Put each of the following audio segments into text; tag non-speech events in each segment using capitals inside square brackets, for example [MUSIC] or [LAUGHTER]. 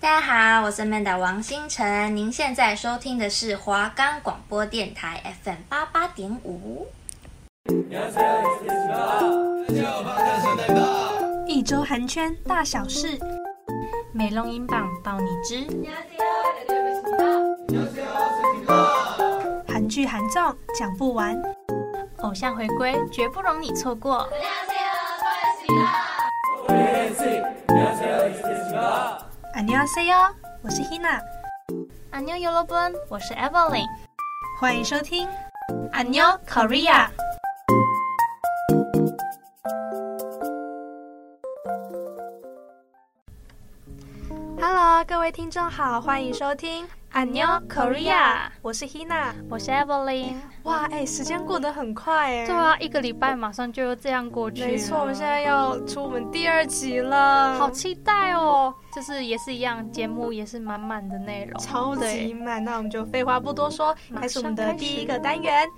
大家好，我是 Manda 王星辰，您现在收听的是华冈广播电台 FM 八八点五。一周韩圈大小事，美容音榜报你知。韩剧韩综讲不完，偶像回归绝不容你错过。안녕하세요，我是 Hina， 안녕여러분，我是 Evelyn。欢迎收听 안녕 Korea。 Hello，各位听众好，欢迎收听 안녕 Korea。我是 Hina。我是 Evelyn。哇，哎、时间过得很快哎。对啊，一个礼拜马上就这样过去。没错，我们现。在要出我们第二集了，好期待哦！就是也是一样，节目也是满满的内容，超级对满。那我们就废话不多说，马上开始我们的开始第一个单元。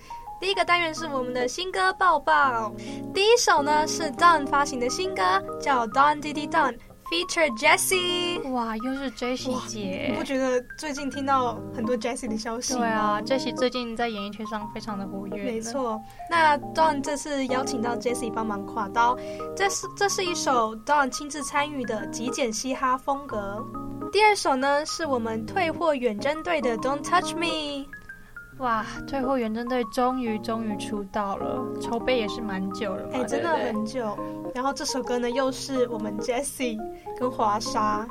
第一个单元是我们的新歌抱抱，第一首呢是 Don 发行的新歌，叫《Don Didi Don》，feature Jessie。哇，又是 Jessie 你姐不。觉得最近听到很多 Jessie 的消息？对。啊，Jessie 最近在演艺圈上非常的活跃。没，错，那 Don 这次邀请到 Jessie 帮忙跨刀，这是这是一首 Don 亲自参与的极简嘻哈风格。第二首呢是我们退货远征队的 Don't Touch Me，哇，退货远征队终于终于出道了，筹备也是蛮久了嘛。哎、真对的不对很久。然后这首歌呢又是我们 Jessie 跟华莎，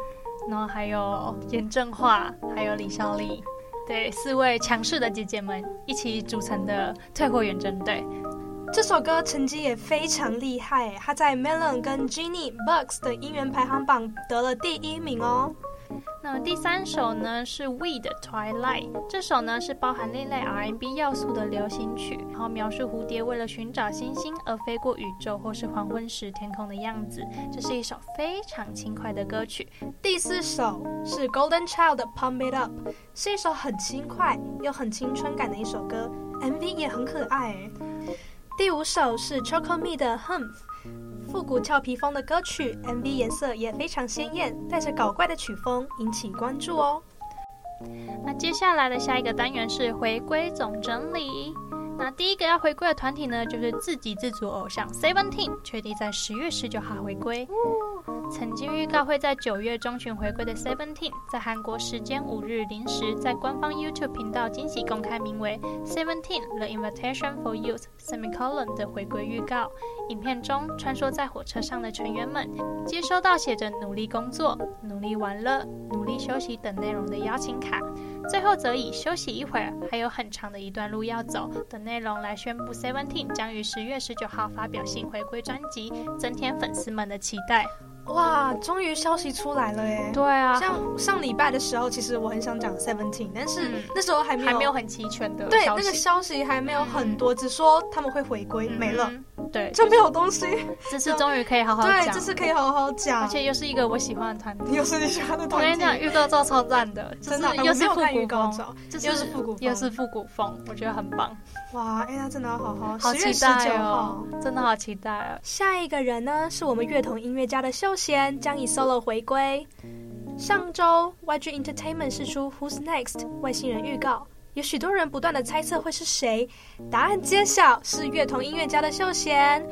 然后还有严正化，还有李孝利，对，四位强势的姐姐们一起组成的退货远征队。这首歌成绩也非常厉害，它在 Melon 跟 Jennie Bucks 的音源排行榜得了第一名哦。那么第三首呢是 We 的 Twilight，这首呢是包含另类 R&B 要素的流行曲，然后描述蝴蝶为了寻找星星而飞过宇宙或是黄昏时天空的样子。这是一首非常轻快的歌曲。第四首是 Golden Child 的《Pump It Up》，是一首很轻快又很青春感的一首歌，MV 也很可爱欸。第五首是 Choco Me 的《Humph》，复古俏皮风的歌曲，MV 颜色也非常鲜艳，带着搞怪的曲风引起关注哦。那接下来的下一个单元是回归总整理。那第一个要回归的团体呢，就是自给自足偶像 Seventeen，确定在十月十九号回归。曾经预告会在九月中旬回归的 Seventeen，在韩国时间五日零时，在官方 YouTube 频道惊喜公开名为《Seventeen: The Invitation for Youth》semicolon 的回归预告。影片中，穿梭在火车上的成员们接收到写着“努力工作、努力玩乐、努力休息”等内容的邀请卡。最后则以休息一会儿，还有很长的一段路要走的内容来宣布 Seventeen 将于十月十九号发表新回归专辑，增添粉丝们的期待。哇，终于消息出来了耶！对啊像上礼拜的时候，其实我很想讲 Seventeen，但是嗯那时候还没有还没有很齐全的对消那个息消息还没有很多，只说他们会回归，没了。嗯对，就没有东西，这次终于可以好好对，讲，这次可以好好讲而。且又是一个我喜欢的团体。又是你喜欢的我团体。跟你讲，预告照超赞的，就真的是哎又我没是有复看预古告风照，就是又是复古风又是复古风，我觉得很棒，哇，哎、那真的要好好。好10月期19待号哦。，真的好期待哦。下一个人呢，是我们乐童音乐家的秀贤，将以 solo 回归。上周 YG Entertainment 试出 Who's Next 外星人预告，有许多人不断的猜测会是谁，答案揭晓是乐童音乐家的秀贤。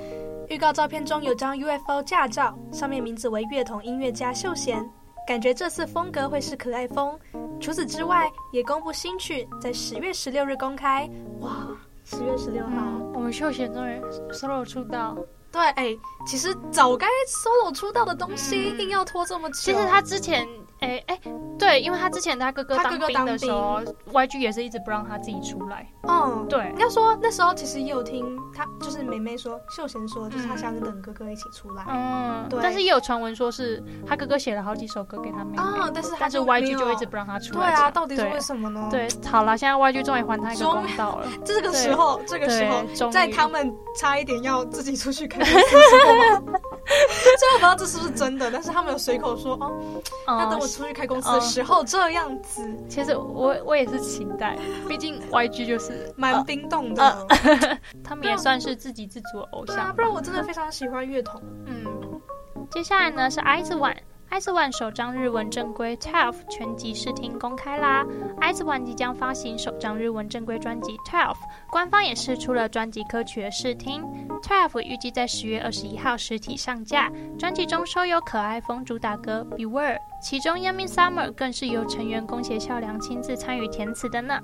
预告照片中有张 UFO 驾照，上面名字为乐童音乐家秀贤。感觉这次风格会是可爱风。除此之外，也公布新曲，在十月十六日公开。哇，十月十六号。嗯，我们秀贤终于 solo 出道，对，哎、其实早该 solo 出道的东西，嗯硬要拖这么久。其实他之前，哎、哎、对，因为他之前他哥哥啊他当哥哥兵的时候 y g 也是一直不让他自己出来。嗯，对应，该说那时候其实也有听他，就是梅梅说，秀贤说，就是她嗯想等哥哥一起出来。嗯，对但是也有传闻说是他哥哥写了好几首歌给他妹妹，啊、但是他嗯但是就 YG 没有就一直不让他出对来这啊，样。到底是对为什么呢？，对，好了，现在 YG 终于还他一个终于公道 [LAUGHS] 了。这个时候，这个时候，对，终于在他们差一点要自己出去开公司之后，虽 [LAUGHS] 然我不知道这是不是真的，但是他们有随口说，哦，那等我嗯出去开公司的时候这样子，其实我我也是期待，毕竟 YG 就是蛮冰冻的。呃他啊们也算是自给自足的偶对啊，像不。然我真的非常喜欢乐童。嗯，接下来呢是 IZ*ONE。 ，S One 首张日文正规 Twelve 全集试听公开啦！S One 即将发行首张日文正规专辑 Twelve，官方也试出了专辑歌曲的试听。Twelve 预计在十月二十一号实体上架，专辑中收有可爱风主打歌 Beware，其中 Yummy Summer 更是由成员宫胁孝良亲自参与填词的呢。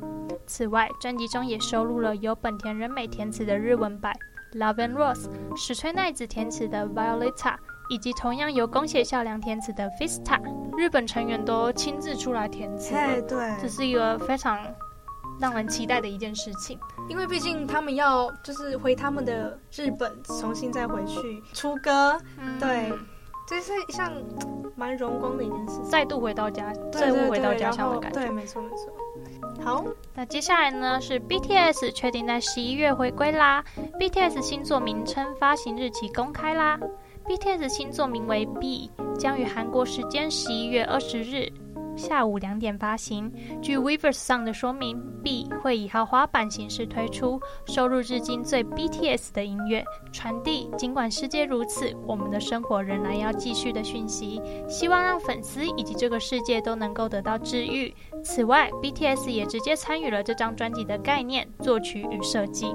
此外，专辑中也收录了由本田仁美填词的日文版。Love and Rose、石川奈子填词的 Violetta，以及同样由宫胁孝良填词的 Vista，日本成员都亲自出来填词哎，了，对，这是一个非常让人期待的一件事情。因为毕竟他们要就是回他们的日本，重新再回去出歌，对，这是一项嘖蛮荣光的一件事情。再度回到家，对再对度对回到家乡然的后感对，觉。没错没错。好，那接下来呢是 BTS 确定在十一月回归啦，BTS 新作名称、发行日期公开啦。BTS 新作名为 B，将于韩国时间十一月二十日下午两点发行。据 Weverse 上的说明，B 会以豪华版形式推出，收录至今最 BTS 的音乐，传递尽管世界如此，我们的生活仍然要继续的讯息，希望让粉丝以及这个世界都能够得到治愈。此外，BTS 也直接参与了这张专辑的概念、作曲与设计，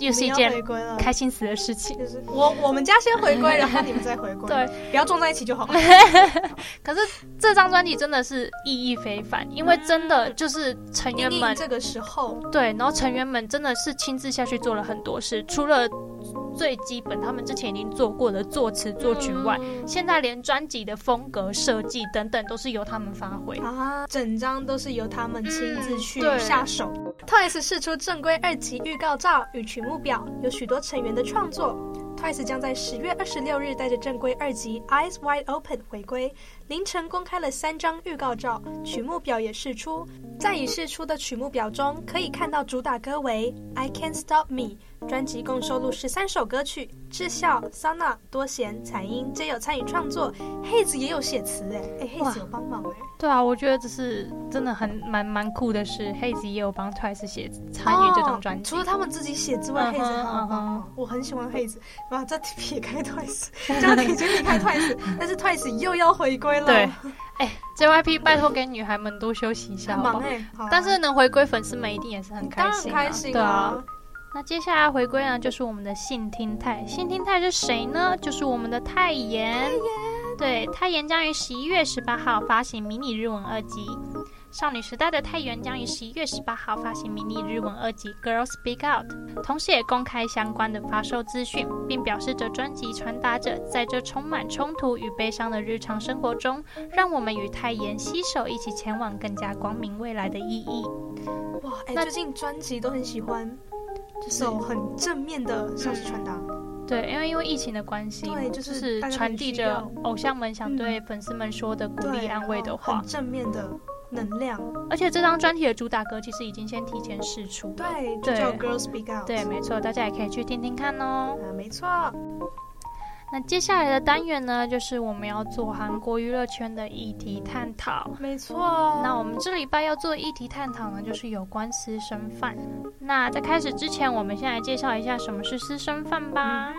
又是你一要件回归了，开心死的事情。就是我我们家先回归，然后你们再回 [LAUGHS] 归，对，不要撞在一起就 [LAUGHS] 好。可是这张专辑真的是意义非凡，因为真的就是成员因们应这个时候，对，然后成员们真的是亲自下去做了很多事，除了最基本他们之前已经做过的作词作曲外，现在连专辑的风格设计等等都是由他们发挥。啊，整张都是由他们亲自去嗯对下手。Twice 试出正规二级预告照与曲目表，有许多成员的创作。Twice 将在十月二十六日带着正规二辑《Eyes Wide Open》回归，凌晨公开了三张预告照，曲目表也释出。在已释出的曲目表中，可以看到主打歌为《I Can't Stop Me》，专辑共收录十三首歌曲，智孝、桑娜、多贤、彩英皆有参与创作，黑子也有写词哎，哎黑哇子有帮忙哎。对啊，我觉得这是真的很蛮蛮酷的是，Haze 也有帮 Twice 写参与这张专哦辑。除了他们自己写之嗯哼外，黑子很好帮嗯忙。我很喜欢黑子，哇，这撇开 Twice，这 [LAUGHS] 样已经离开 Twice，但是 Twice 又要回归了，对，哎、j y p 拜托给女孩们多休息一下很好不忙好？哎、好啊但是能回归粉丝们一定也是很开当然心、啊，开心对啊。，那接下来回归呢，就是我们的信听太。信听太是谁呢？就是我们的泰妍。对，泰妍将于十一月十八号发行迷你日文二辑。少女时代的泰妍将于十一月十八号发行迷你日文二辑《Girls Speak Out》，同时也公开相关的发售资讯，并表示着专辑传达着在这充满冲突与悲伤的日常生活中，让我们与泰妍携手一起前往更加光明未来的意义。哇，哎、那最近专辑都很喜欢就是走很正面的消息传达，对，因为因为疫情的关系，对就就是是大家传很递需着要偶像们想嗯对粉丝们说的鼓对，励安慰的然后话很。正面的能量，而且这张专辑的主打歌其实已经先提前试出了，对，就对叫 Girls Speak Out，对，没错，大家也可以去听听看哦。啊，没错，那接下来的单元呢，就是我们要做韩国娱乐圈的议题探讨。没错，那我们这礼拜要做议题探讨呢，就是有关私生饭。那在开始之前，我们先来介绍一下什么是私生饭嗯吧。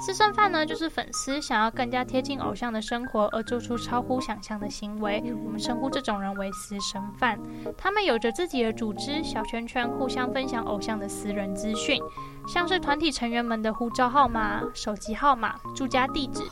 私生饭呢，就是粉丝想要更加贴近偶像的生活而做出超乎想象的行为，我们称呼这种人为私生饭。他们有着自己的组织、小圈圈，互相分享偶像的私人资讯，像是团体成员们的护照号码、手机号码、住家地址，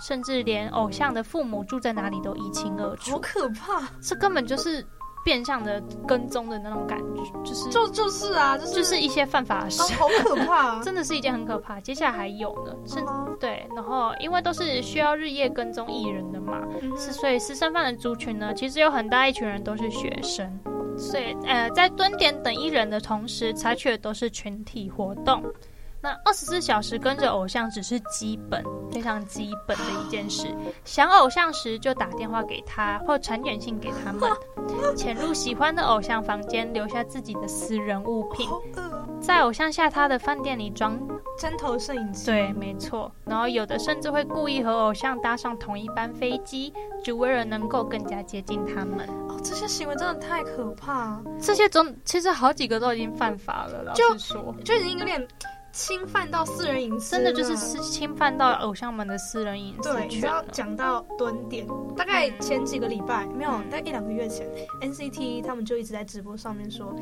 甚至连偶像的父母住在哪里都一清二楚好。可怕，这根本就是变相的跟踪的那种感觉，就是就就是啊，就是就是一些犯法的事，啊，，好可怕 [LAUGHS] 真的是一件很可怕。接下来还有呢，是嗯哼对，然后因为都是需要日夜跟踪艺人的嘛，嗯哼是所以私生饭的族群呢，其实有很大一群人都是学生，所以呃，在蹲点等艺人的同时，采取的都是群体活动。那二十四小时跟着偶像只是基本，非常基本的一件事。想偶像时就打电话给他，或传简讯给他们，潜入喜欢的偶像房间，留下自己的私人物品，好恶，在偶像下榻的饭店里装针头摄影机，对，没错。然后有的甚至会故意和偶像搭上同一班飞机，只为了能够更加接近他们。哦，这些行为真的太可怕，这些总其实好几个都已经犯法了，老就实说，就已经有点侵犯到私人隐私真呢，的就是私侵犯到偶像们的私人隐私啊对，你知权道了。讲到蹲点，大概前几个礼拜没有，大概一两个月前，NCT 他们就一直在直播上面说，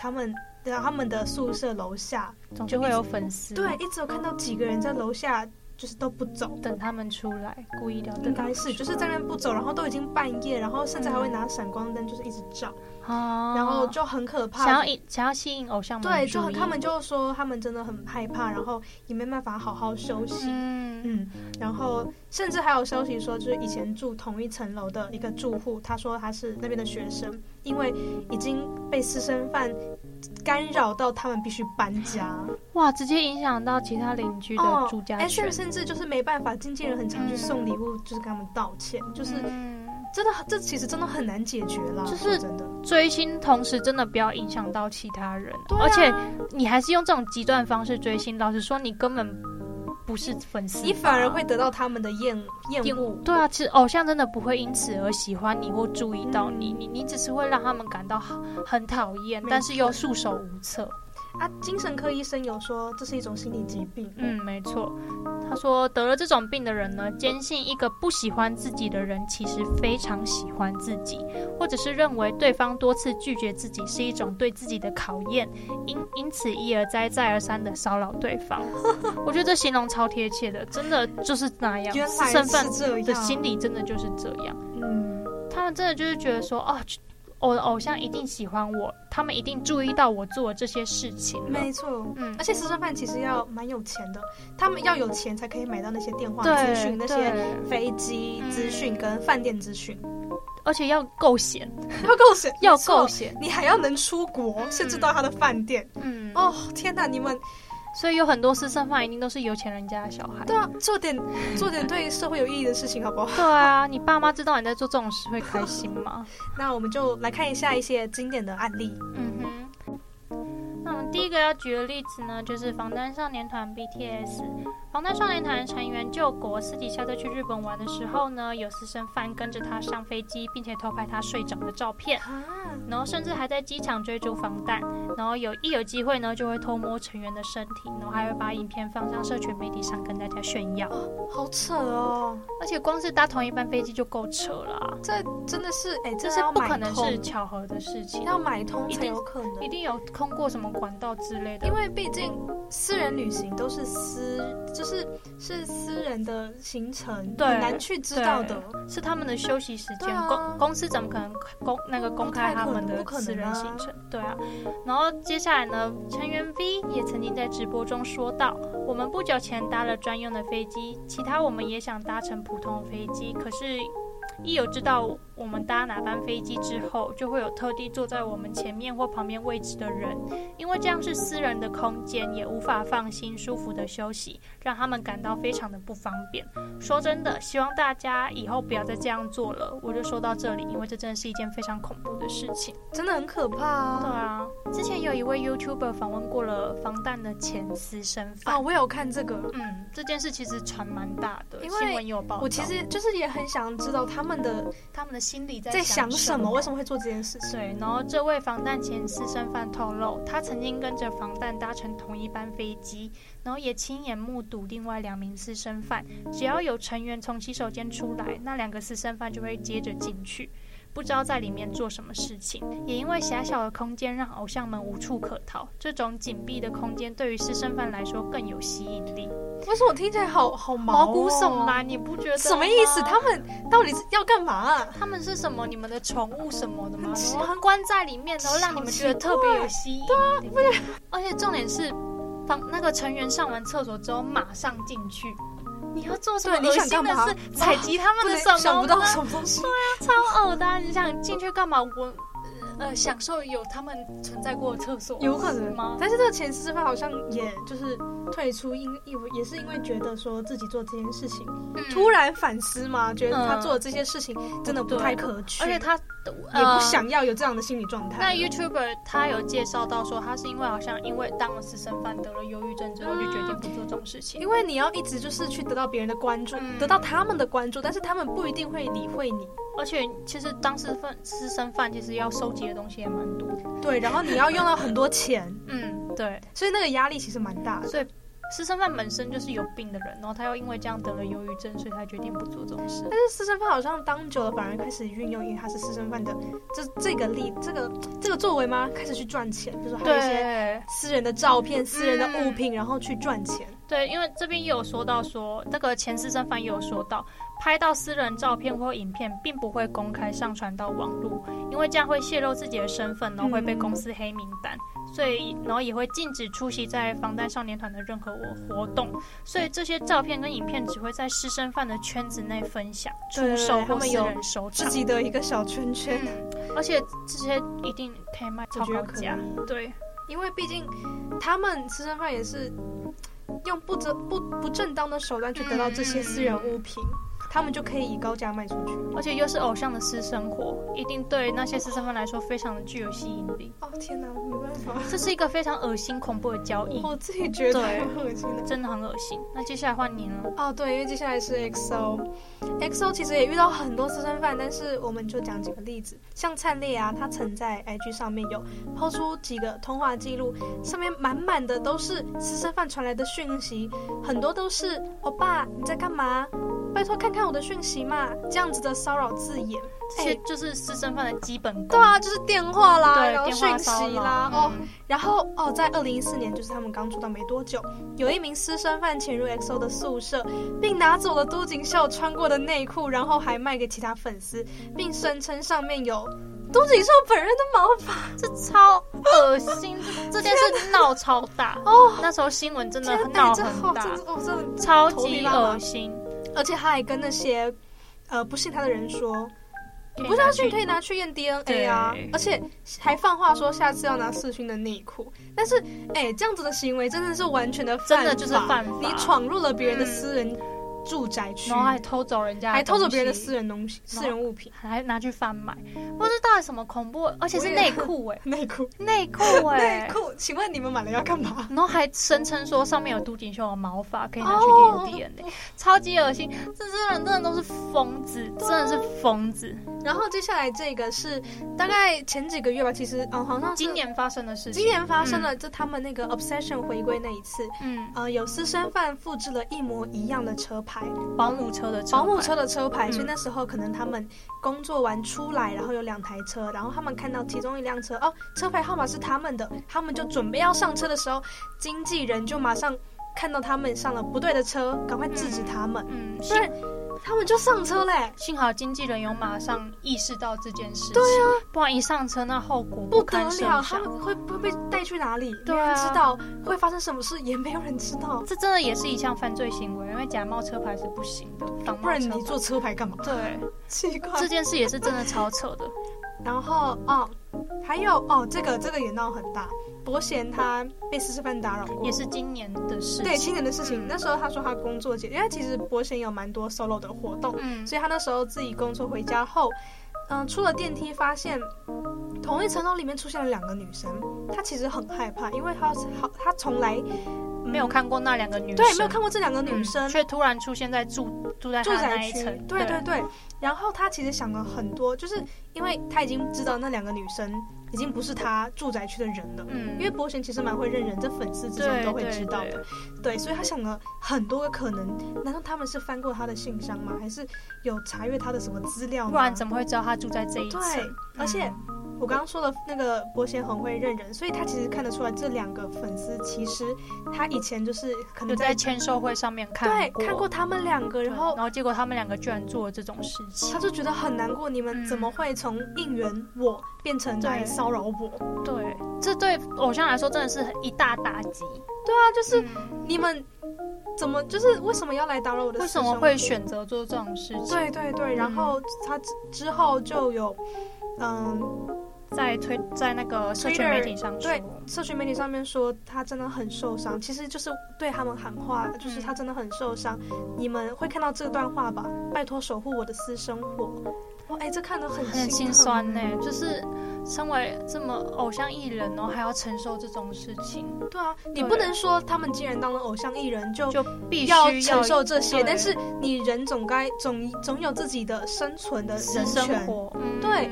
他们对啊，他们的宿舍楼下，总是会有粉丝对，一直有看到几个人在楼下就是都不走，等他们出来，故意聊应等他该们是就是在那边不走，然后都已经半夜，然后甚至还会拿闪光灯就是一直照，啊，然后就很可怕。想要引想要吸引偶像们对，的嗯就注很意他们就说他们真的很害怕，然后也没办法好好休息。嗯嗯，然后甚至还有消息说，就是以前住同一层楼的一个住户，他说他是那边的学生，因为已经被私生饭干扰到，他们必须搬家。哇，直接影响到其他邻居哦的住家 S 权 M，甚至就是没办法，经纪人很常去送礼物，就是跟他们道歉，就是嗯，真的，这其实真的很难解决啦，就是说真的，追星同时真的不要影响到其他人，对啊而且你还是用这种极端方式追星，老实说，你根本不是粉丝吧，你反而会得到他们的厌厌厌恶。对啊，其实偶像真的不会因此而喜欢你或注意到你，你你只是会让他们感到很讨厌没，但是又束手无策。啊，精神科医生有说这是一种心理疾病，嗯，没错。他说，得了这种病的人呢，坚信一个不喜欢自己的人其实非常喜欢自己，或者是认为对方多次拒绝自己是一种对自己的考验，因因此一而再再而三的骚扰对 [LAUGHS] 方。我觉得这形容超贴切的，真的就是那样原，来身份是这的样，心理真的就是这样。嗯，他们真的就是觉得说，哦，我的偶像一定喜欢我，他们一定注意到我做的这些事情了。没错。嗯而，且私生饭其实要蛮有钱的，他们要有钱才可以买到那些电话资对讯、那些对嗯飞机资讯跟饭店资讯， [LAUGHS] 而且要够闲，要够闲，要没够错，闲，你还要能出国，甚至到他的饭店。嗯哦，哦，天哪，你们所以有很多私生饭一定都是有钱人家的小孩。对啊，做点做点对社会有意义的事情好不好？ [LAUGHS] 对啊，你爸妈知道你在做这种事会开心吗？那我们就来看一下一些经典的案例。 [LAUGHS] 嗯哼。那我们第一个要举的例子呢，就是防弹少年团 BTS。防弹少年团成员救国私底下在去日本玩的时候呢，有私生饭跟着他上飞机，并且偷拍他睡着的照片，啊，然后甚至还在机场追逐防弹，然后有一有机会呢，就会偷摸成员的身体，然后还会把影片放上社群媒体上跟大家炫耀。好扯哦，而且光是搭同一班飞机就够扯了啊、这真的是，哎，这这是要啊不买可能是通巧合的事情，啊要买通一才定有可能一。定有通过什么管道之类的。因为毕竟私人旅行都是私，就是是私人的行程，对很难去知道的。是他们的休息时对间，啊公公司怎么可能公那个公开他们不太可能不的可能啊私人行程？对啊。然后接下来呢，成员 V 也曾经在直播中说到，我们不久前搭了专用的飞机，其他我们也想搭乘普通飞机，可是。一有知道我们搭哪班飞机之后，就会有特地坐在我们前面或旁边位置的人，因为这样是私人的空间，也无法放心舒服的休息，让他们感到非常的不方便。说真的，希望大家以后不要再这样做了。我就说到这里，因为这真的是一件非常恐怖的事情。真的很可怕对啊！啊，之前有一位 YouTuber 访问过了防弹的前私生啊，饭。我有看这个，嗯，这件事其实传蛮大的，因为新闻也有报道。我其实就是也很想知道他们的他们的心里在在想什什么，为什么会做这件事情。对，然后这位防弹前私生饭透露，他曾经跟着防弹搭乘同一班飞机，然后也亲眼目睹另外两名私生饭，只要有成员从洗手间出来，那两个私生饭就会接着进去，不知道在里面做什么事情。也因为狭小的空间让偶像们无处可逃，这种紧闭的空间对于私生饭来说更有吸引力。为什么我听起来好好毛毛哦骨悚然？然，你不觉得？什么意思？他们到底是要干嘛啊？他们是什么？你们的宠物什么的吗很？奇然后关在里面，然后让你们觉得特别有吸引力。而且重点是，防那个成员上完厕所之后马上进去。你要做什么对恶你想心的干嘛事？ [LAUGHS] 采集他们不的能什么？想不到什么东西。超恶的啊、你想进去干嘛？我呃，享受有他们存在过的厕所，有可能吗？但是这个前司法好像也就是退出，因因为也是因为觉得说自己做这件事情突然，然反思吗？觉得他做的这些事情真的不太可嗯取，而且他也不。呃想要有这样的心理状那态。 YouTuber 他有介绍到说，他是因为好像因为当了私生饭得了忧郁症之后，就决定不做这种事情因。为你要一直就是去得到别人的关注，嗯得到他们的关注，但是他们不一定会理会你。而且其实当私饭私生饭其实要收集的东西也蛮多的。 [LAUGHS] 对，然后你要用到很多钱，嗯，对，所以那个压力其实蛮大的。所以私生饭本身就是有病的人，然后他又因为这样得了忧郁症，所以他决定不做这种事。但是私生饭好像当久了，反而开始运用，因为他是私生饭的这这个例这个这个作为吗？开始去赚钱，就是还有一些对嗯私人的照片、私人的物品，然后去赚钱。对，因为这边也有说到说，那个前私生饭也有说到，拍到私人照片或影片，并不会公开上传到网络，因为这样会泄露自己的身份，嗯然后会被公司黑名单，所以然后也会禁止出席在防弹少年团的任何活活动，所以这些照片跟影片只会在私生饭的圈子内分享、出对售他或们私有人收藏自。己的一个小圈圈，嗯，而且这些一定可以卖我嗯超觉得高可以价。，对，因为毕竟他们私生饭也是用不正不不正当的手段去得到这些私人物品，他们就可以以高价卖出去。而且又是偶像的私生活，一定对那些私生饭来说非常的具有吸引力。哦天哪，没办法，这是一个非常恶心恐怖的交易，我自己觉得对很恶心的。真的很恶心。那接下来换你了，哦，对，因为接下来是 XO，XO 其实也遇到很多私生饭，但是我们就讲几个例子，像灿烈啊，他曾在 IG 上面有抛出几个通话记录，上面满满的都是私生饭传来的讯息，很多都是“欧巴你在干嘛？拜托看看我的讯息嘛”这样子的骚扰字眼。这些就是私生饭的基本功。哎对啊，就是电话啦，对然后电话讯骚息扰啦，嗯哦，然后哦，在二零一四年，就是他们刚出道没多久，有一名私生饭潜入 XO 的宿舍，并拿走了都锦秀穿过的内裤，然后还卖给其他粉丝，并声称上面有都锦秀本人的毛发。这超恶心，这这件事闹超大哦，那时候新闻真的天哪，闹这很好，大真，是哦，真的超头皮级发麻恶心。而且他还跟那些呃不信他的 [LAUGHS] 人说，你不可以拿相信去可以拿去验 DNA 啊对，而且还放话说下次要拿四勋的内裤。但是哎、这样子的行为真的是完全的真的就是犯法嗯你闯入了别人的私人住宅区，然后还偷走人家，还偷走别人的私私，人东西、然后私人物品、还拿去贩卖，不知道什么恐怖，而且是我也内裤 [LAUGHS] 哎，内裤、内裤哎内，裤。请问你们买了要干嘛？然后还声称说上面有都锦秀的毛发，可以拿哦去验 DNA，、超级恶心！这些人真的都是疯子，真的是疯子。 [LAUGHS] 然后接下来这个是大概前几个月吧，其实嗯，好像是今年发嗯生的事情，今年发生了，就他们那个 obsession 回归那一次，嗯，呃，有私生饭复制了一模一样的车牌，保姆车的车牌保姆车的车牌，嗯所以那时候可能他们工作完出来，然后有两台车，然后他们看到其中一辆车哦，车牌号码是他们的，他们就准备要上车的时候，经纪人就马上看到他们上了不对的车，赶快制止他们，嗯，不幸然他们就上车嘞，幸好经纪人有马上意识到这件事情，对啊，不然一上车那后果不得堪设了，他想。们会会被带去哪里？对没啊人知道会发生什么事，也没有人知道，这真的也是一项犯罪行为，因为假冒车牌是不行的，仿不冒然车你牌做车牌干嘛？对奇怪，这件事也是真的超扯的。然后哦，还有哦，这个这个也闹很大，伯贤他被私生饭打扰过，也是今年的事情。对青年的事情。嗯那时候他说他工作结，因为其实伯贤有蛮多 solo 的活动，嗯，所以他那时候自己工作回家后，嗯、出了电梯发现同一层楼里面出现了两个女生，他其实很害怕，因为他好他从来、嗯没有看过那两个女生，对没有看过这两个女生，嗯却突然出现在住住在住他的那宅一区层，，嗯对对对。然后他其实想了很多，就是因为他已经知道那两个女生已经不是他住宅区的人了。嗯，因为博贤其实蛮会认人，这粉丝之间对都会知道的，对对对所以他想了很多个可能，难道他们是翻过他的信箱吗？还是有查阅他的什么资料吗？不然怎么会知道他住在这一层？对嗯，而且我刚刚说的那个博贤很会认人，所以他其实看得出来这两个粉丝其实他以前就是可有能在在签售会上面看对看过他们两个，对然后然后结果他们两个居然做了这种事他情，就觉得很难过，你们嗯怎么会从应援我变成来对骚扰我？对，这对偶像来说真的是一大打击。对啊，就是嗯你们怎么就是为什么要来打扰我的为私什生活？么会选择做这种事情？对对对，然后他之之后就有，嗯，在推在那个社群 Twitter，媒体上说，对社群媒体上面说他真的很受伤，其实就是对他们喊话，就是他真的很受伤。你们会看到这段话吧？拜托守护我的私生活。哇，哎，这看得很很心心疼欸酸呢、就是身为这么偶像艺人，然后还要承受这种事情，对啊，你对不能说他们既然当了偶像艺人就。就必须要承受这些，对但是你人总该总总有自己的生存的人人生权，活，嗯对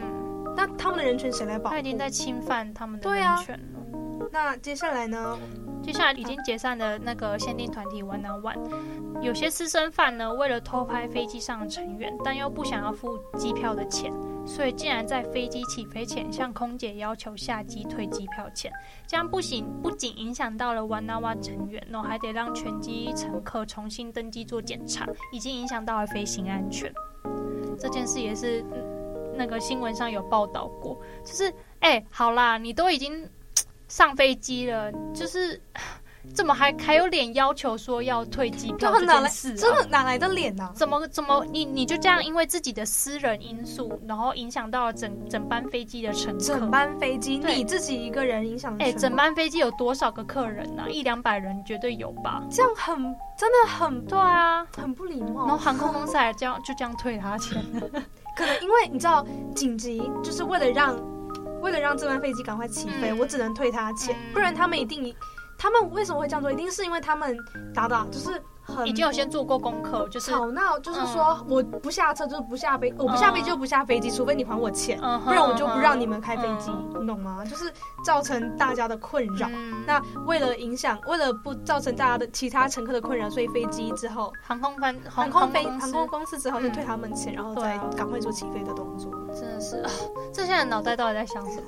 那他们的人权谁来保护他已？经在侵犯他们的对啊人权了。那接下来呢？接下来已经解散的那个限定团体 One on One，有些私生饭呢，为了偷拍飞机上的成员，但又不想要付机票的钱，所以竟然在飞机起飞前向空姐要求下机退机票钱，这样不行，不仅影响到了 One on One 成员哦，还得让全机乘客重新登机做检查，已经影响到了飞行安全。这件事也是嗯那个新闻上有报道过，就是哎、好啦，你都已经上飞机了，就是。 [SIGHS] 怎么还还有脸要求说要退机票这这哪件来事、啊？真的哪来的脸啊呐、怎么怎么你你就这样因为自己的私人因素，然后影响到了整整班飞机的乘客。整班飞机对你自己一个人影响哎、全部整班飞机有多少个客人呢、一两百人绝对有吧？这样很真的很对啊，很不礼然后貌。航空公司还这样就这样退他钱，可能因为你知道紧急，就是为了让为了让这班飞机赶快起飞，嗯我只能退他钱，嗯不然他们一定他们为什么会这样做？一定是因为他们打打就是很已经有先做过功课，就是嗯吵闹，就是说我不下车就是不下飞，我不下飞机就不下飞机，除非你还我钱，嗯哼，不然我就不让你们开飞机嗯，你懂吗？就是造成大家的困扰。嗯那为了影响，为了不造成大家的其他乘客的困扰，所以飞机之后，航空翻航航空空飞公司航空公司之后就嗯退他们钱，然后对再啊赶快做起飞的动作。真的是，啊这些人脑袋到底在想什么？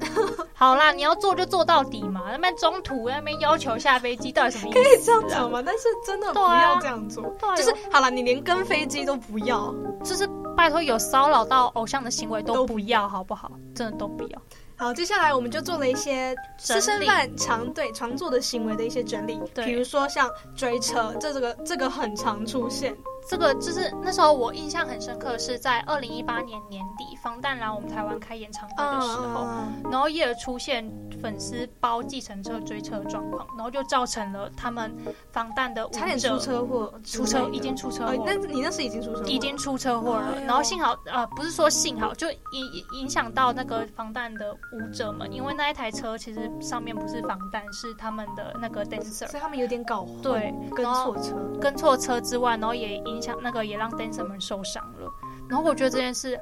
[LAUGHS] 好啦，你要做就做到底嘛，那边中途那边要求下飞机，到底什么意思、啊？可以这样讲吗？但是真的不对啊要这样做。对啊就是好了，你连跟飞机都不要，就是拜托有骚扰到偶像的行为都都不要，好不好？真的都不要。好，接下来我们就做了一些私生饭常对常做的行为的一些整理，对比如说像追车，这这个这个很常出现，这个就是那时候我印象很深刻，的是在二零一八年年底，防弹来我们台湾开演唱会的时候，嗯，然后也有出现粉丝包计程车追车的状况，然后就造成了他们防弹的舞者差点出车祸之类出的，车已经出车哦祸，那你那是已经出车祸了，已经出车祸了哎，呦然后幸好呃不是说幸好，就影影响到那个防弹的舞者们，因为那一台车其实上面不是防弹，是他们的那个 dancer，所以他们有点搞混，对，跟然后错车，跟错车之外，然后也影响那个也让 dancer 们受伤了，然后我觉得这件事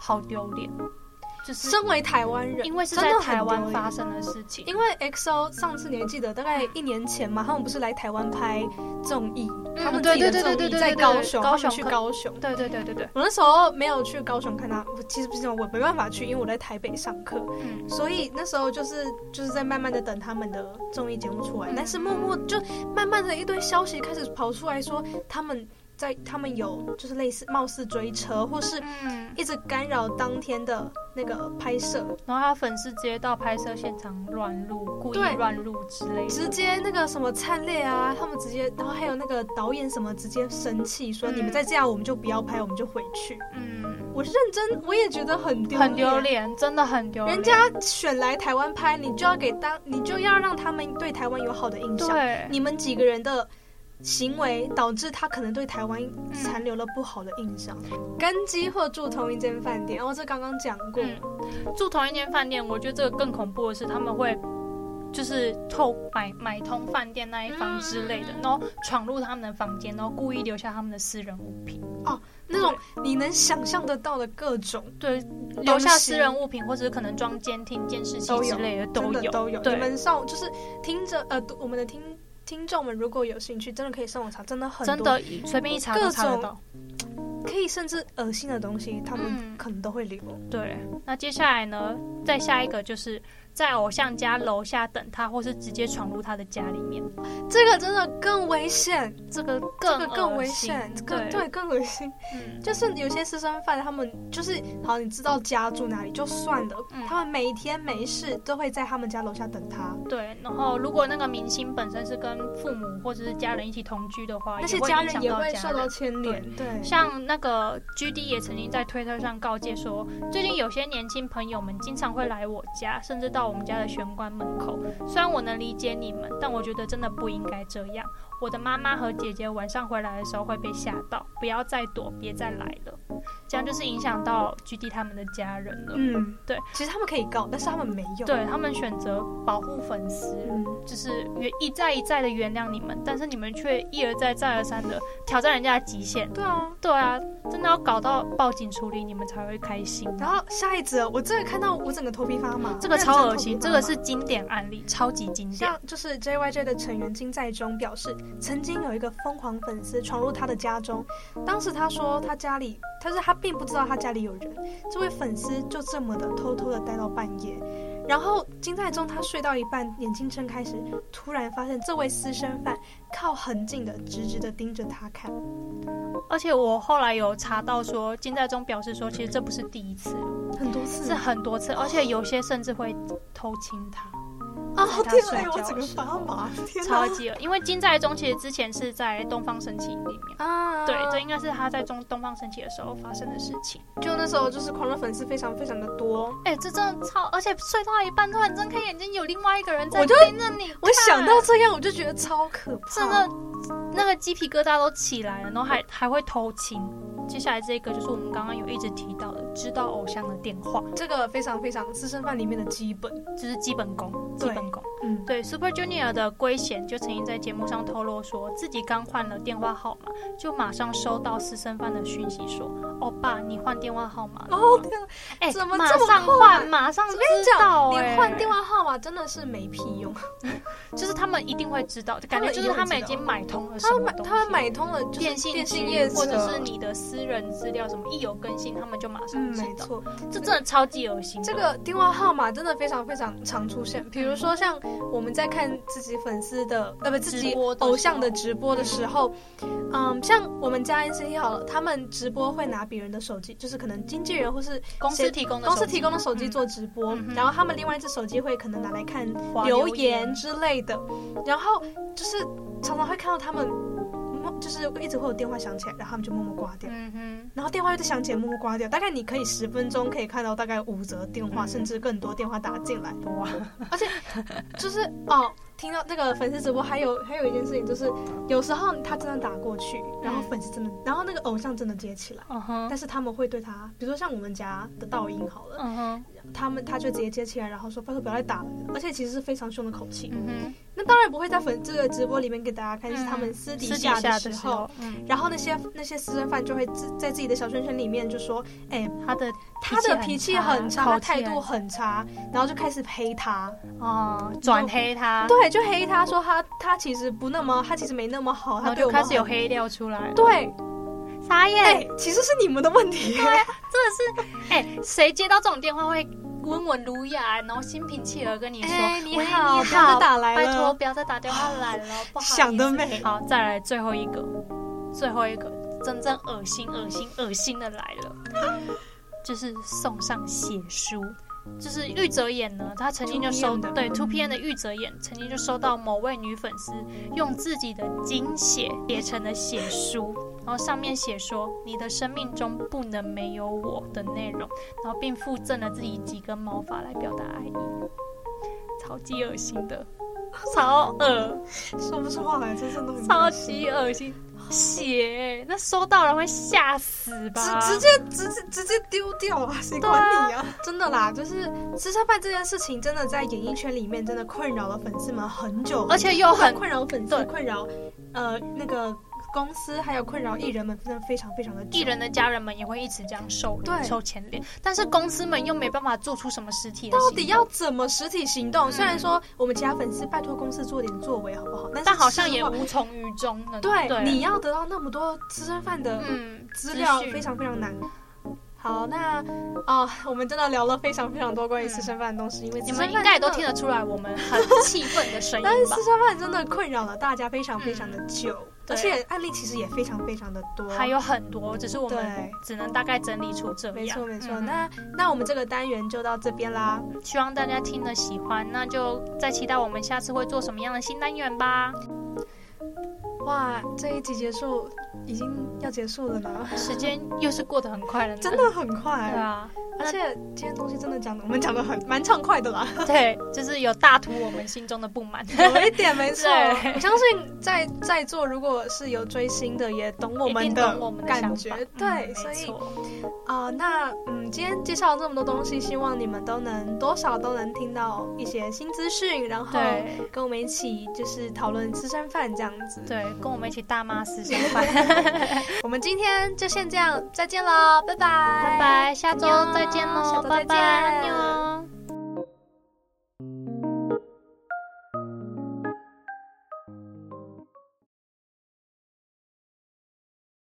好丢脸，就是身为台湾人，因为是真在的很台湾丢脸发生的事情，因为 XO 上次你还记得，大概一年前嘛，他们不是来台湾拍综艺，他们自己嗯对对的对综对对艺对在对高对雄，高他们雄去可高雄。对对对对对，我那时候没有去高雄看他，我其实不是我没办法去，因为我在台北上课，嗯所以那时候就是就是在慢慢的等他们的综艺节目出来，嗯但是默默就慢慢的一堆消息开始跑出来说他们在他们有就是类似貌似追车或是嗯，一直干扰当天的那个拍摄，然后他粉丝直接到拍摄现场乱录，故意对乱录之类的，直接那个什么灿烈啊，他们直接，然后还有那个导演什么直接生气说、嗯你们再这样我们就不要拍，我们就回去。嗯。我认真，我也觉得很丢很丢。脸，真的很丢脸。人家选来台湾拍，你就要给当，你就要让他们对台湾有好的印象。对，啊你们几个人的行为导致他可能对台湾残留了不好的印象。跟机或住同一间饭店，哦，这刚刚讲过。嗯，住同一间饭店，我觉得这个更恐怖的是，他们会就是透买买通饭店那一方之类的，嗯然后闯入他们的房间，然后故意留下他们的私人物品。那种你能想象得到的各种对，西留下私人物品，或者是可能装监听、监视器都之有类的真都的有。都有。对你们上就是听着呃，读我们的听听众们如果有兴趣，真的可以上网查，真的很多真的随便一查各都查得种到。可以甚至恶心的东西，他们嗯可能都会留。对，那接下来呢，再下一个就是在偶像家楼下等他，或是直接闯入他的家里面，这个真的更危险，这个更这个更恶危心险，更对，对更恶心。嗯，就是有些私生饭，他们就是好，你知道家住哪里就算了，嗯他们每天没事都会在他们家楼下等他。对，然后如果那个明星本身是跟父母或者是家人一起同居的话，那些也会家影人响也到会家受到人牵连，对，像那个 G D 也曾经在推特上告诫说，最近有些年轻朋友们经常会来我家，甚至到我们家的玄关门口。虽然我能理解你们，但我觉得真的不应该这样。我的妈妈和姐姐晚上回来的时候会被吓到，不要再躲，别再来了。这样就是影响到 GD 他们的家人了。嗯，对。其实他们可以告，但是他们没有。，对他们选择保护粉丝，嗯，就是原一再一再的原谅你们，但是你们却一而再再而三的挑战人家的极限。对啊。对啊，真的要搞到报警处理，你们才会开心。然后下一则，我真的看到我整个头皮发麻，这个认真超恶头皮心，发这个麻是经典案例，超级经典。像就是 JYJ 的成员金在中表示，曾经有一个疯狂粉丝闯入他的家中，当时他说他家里，但是他并不知道他家里有人。这位粉丝就这么的偷偷的待到半夜，然后金在中他睡到一半，眼睛睁开时，突然发现这位私生饭靠很近的直直的盯着他看。而且我后来有查到说，金在中表示说，其实这不是第一次，很多次是很多次，而且有些甚至会偷亲他，啊，在好他天睡哪，觉我的整个时发候麻，天哪超级恶。因为金在中其实之前是在东方神起里面，啊！对，这应该是他在中东方神起的时候发生的事情。就那时候就是狂热粉丝非常非常的多，哎、这真的超，而且睡到一半突然睁开眼睛，有另外一个人在我就盯着你看，我想到这样我就觉得超可怕，真的那个鸡皮疙瘩都起来了，然后还还会偷亲。接下来这个就是我们刚刚有一直提到的，知道偶像的电话，这个非常非常私生饭里面的基本。就是基本功，基对本功。嗯，对 Super Junior 的圭贤就曾经在节目上透露说，自己刚换了电话号码，就马上收到私生饭的讯息说：“欧巴，你换电话号码了。”哦天啊，哎、怎么马这么上快换，马上我知跟你讲，道、你哎换电话号码真的是没屁用。就是他们一定会知道，感觉就是他们已经买通了什他么买东西。他们买通了就是电信电信局业者或者是你的私人资料什么一有更新，他们就马上嗯，知没道。错，这真的超级恶心的。这个电话号码真的非常非常常出现。比如说像我们在看自己粉丝的呃不自己直播的时候偶像的直播的时候，嗯，像我们家 NCT 好了，他们直播会拿别人的手机，就是可能经纪人或是公司谁提供的公司手机提供的手机做直播，嗯嗯哼然后他们另外一只手机会可能拿来看划留留言言之类的，然后就是常常会看到他们，默就是一直会有电话响起来，然后他们就默默挂掉，嗯哼，然后电话又再响起来，默默挂掉。大概你可以十分钟可以看到大概五则电话，嗯甚至更多电话打进来，哇，就是哦。听到那个粉丝直播，还有还有一件事情，就是有时候他真的打过去，然后粉丝真的，然后那个偶像真的接起来，嗯哼，但是他们会对他，比如说像我们家的道音好了，嗯哼，他们他就直接接起来，然后说拜托不要再打了，而且其实是非常凶的口气。嗯哼，那当然不会在粉这个直播里面给大家看，嗯是他们私底私底下的下时的时候候。，嗯，然后那些那些私生饭就会自在自己的小圈圈里面就说他的他的脾气很差，他口气态很度很差，然后就开始黑他，哦，转黑他，对，就黑他说他他其实不那么，他其实没那么好，然他后对就我开们始有很黑料出来，对，傻眼，哎，其实是你们的问题， [LAUGHS] 真的是，哎、谁接到这种电话会温文儒雅，然后心平气和跟你说，哎你喂好你不要再好，打来拜了托不要再打电话来了，不好意思。想得美好，再来最后一个，最后一个真正恶心、恶心、恶心的来了，就是送上血书。就是玉泽演呢，他曾经就收 2PM 的对 Two P N 的玉泽演曾经就收到某位女粉丝用自己的精血写成的血书，然后上面写说“你的生命中不能没有我”的内容，然后并附赠了自己几根毛发来表达爱意，超级恶心的，超恶。说不出话来，这真的很超级恶心，血、那收到人会吓死直吧？直接直接直接丢掉啊！谁管你啊？真的啦，就是吃吃饭这件事情，真的在演艺圈里面真的困扰了粉丝们很久，而且又很困扰粉丝，对困扰呃那个公司，还有困扰艺人们，真的非常非常的久艺。人的家人们也会一直这样收对收钱脸，但是公司们又没办法做出什么实体的到行底动，要怎么实体行动？虽然说我们其他粉丝拜托公司做点作为好不好？但是但好像说也实话无从于衷呢。对对，你要得到那么多吃吃饭的嗯资料讯嗯非常非常难。好，那啊、我们真的聊了非常非常多关于私生饭的东西，因为嗯你私生们饭应该也真的都听得出来我们很气愤的声音但是吧嗯私？生饭真的困扰了大家非常非常的久，而对且案例其实也非常非常的多。还有很多，只是我们对只能大概整理出这样。没错没错，嗯那那我们这个单元就到这边啦，希望大家听了喜欢，那就再期待我们下次会做什么样的新单元吧。哇，这一集结束已经要结束了呢，时间又是过得很快了呢，真的很嗯对快。啊。而且今天东西真的讲的，我们讲的很蛮畅快的啦，对，就是有大图我们心中的不满。 [LAUGHS] 有一点没错。对我相信在在座如果是有追星的，也懂我一们定的懂我们的感想觉法。对，嗯所没以错，啊、那嗯，今天介绍了这么多东西，希望你们都能多少都能听到一些新资讯，然后对跟我们一起就是讨论吃剩饭这样子。，对，跟我们一起大骂私生 [LAUGHS] 饭。我们今天就先这样，再见喽，拜拜，拜。拜，下周再见下喽，周再拜见拜，安妞。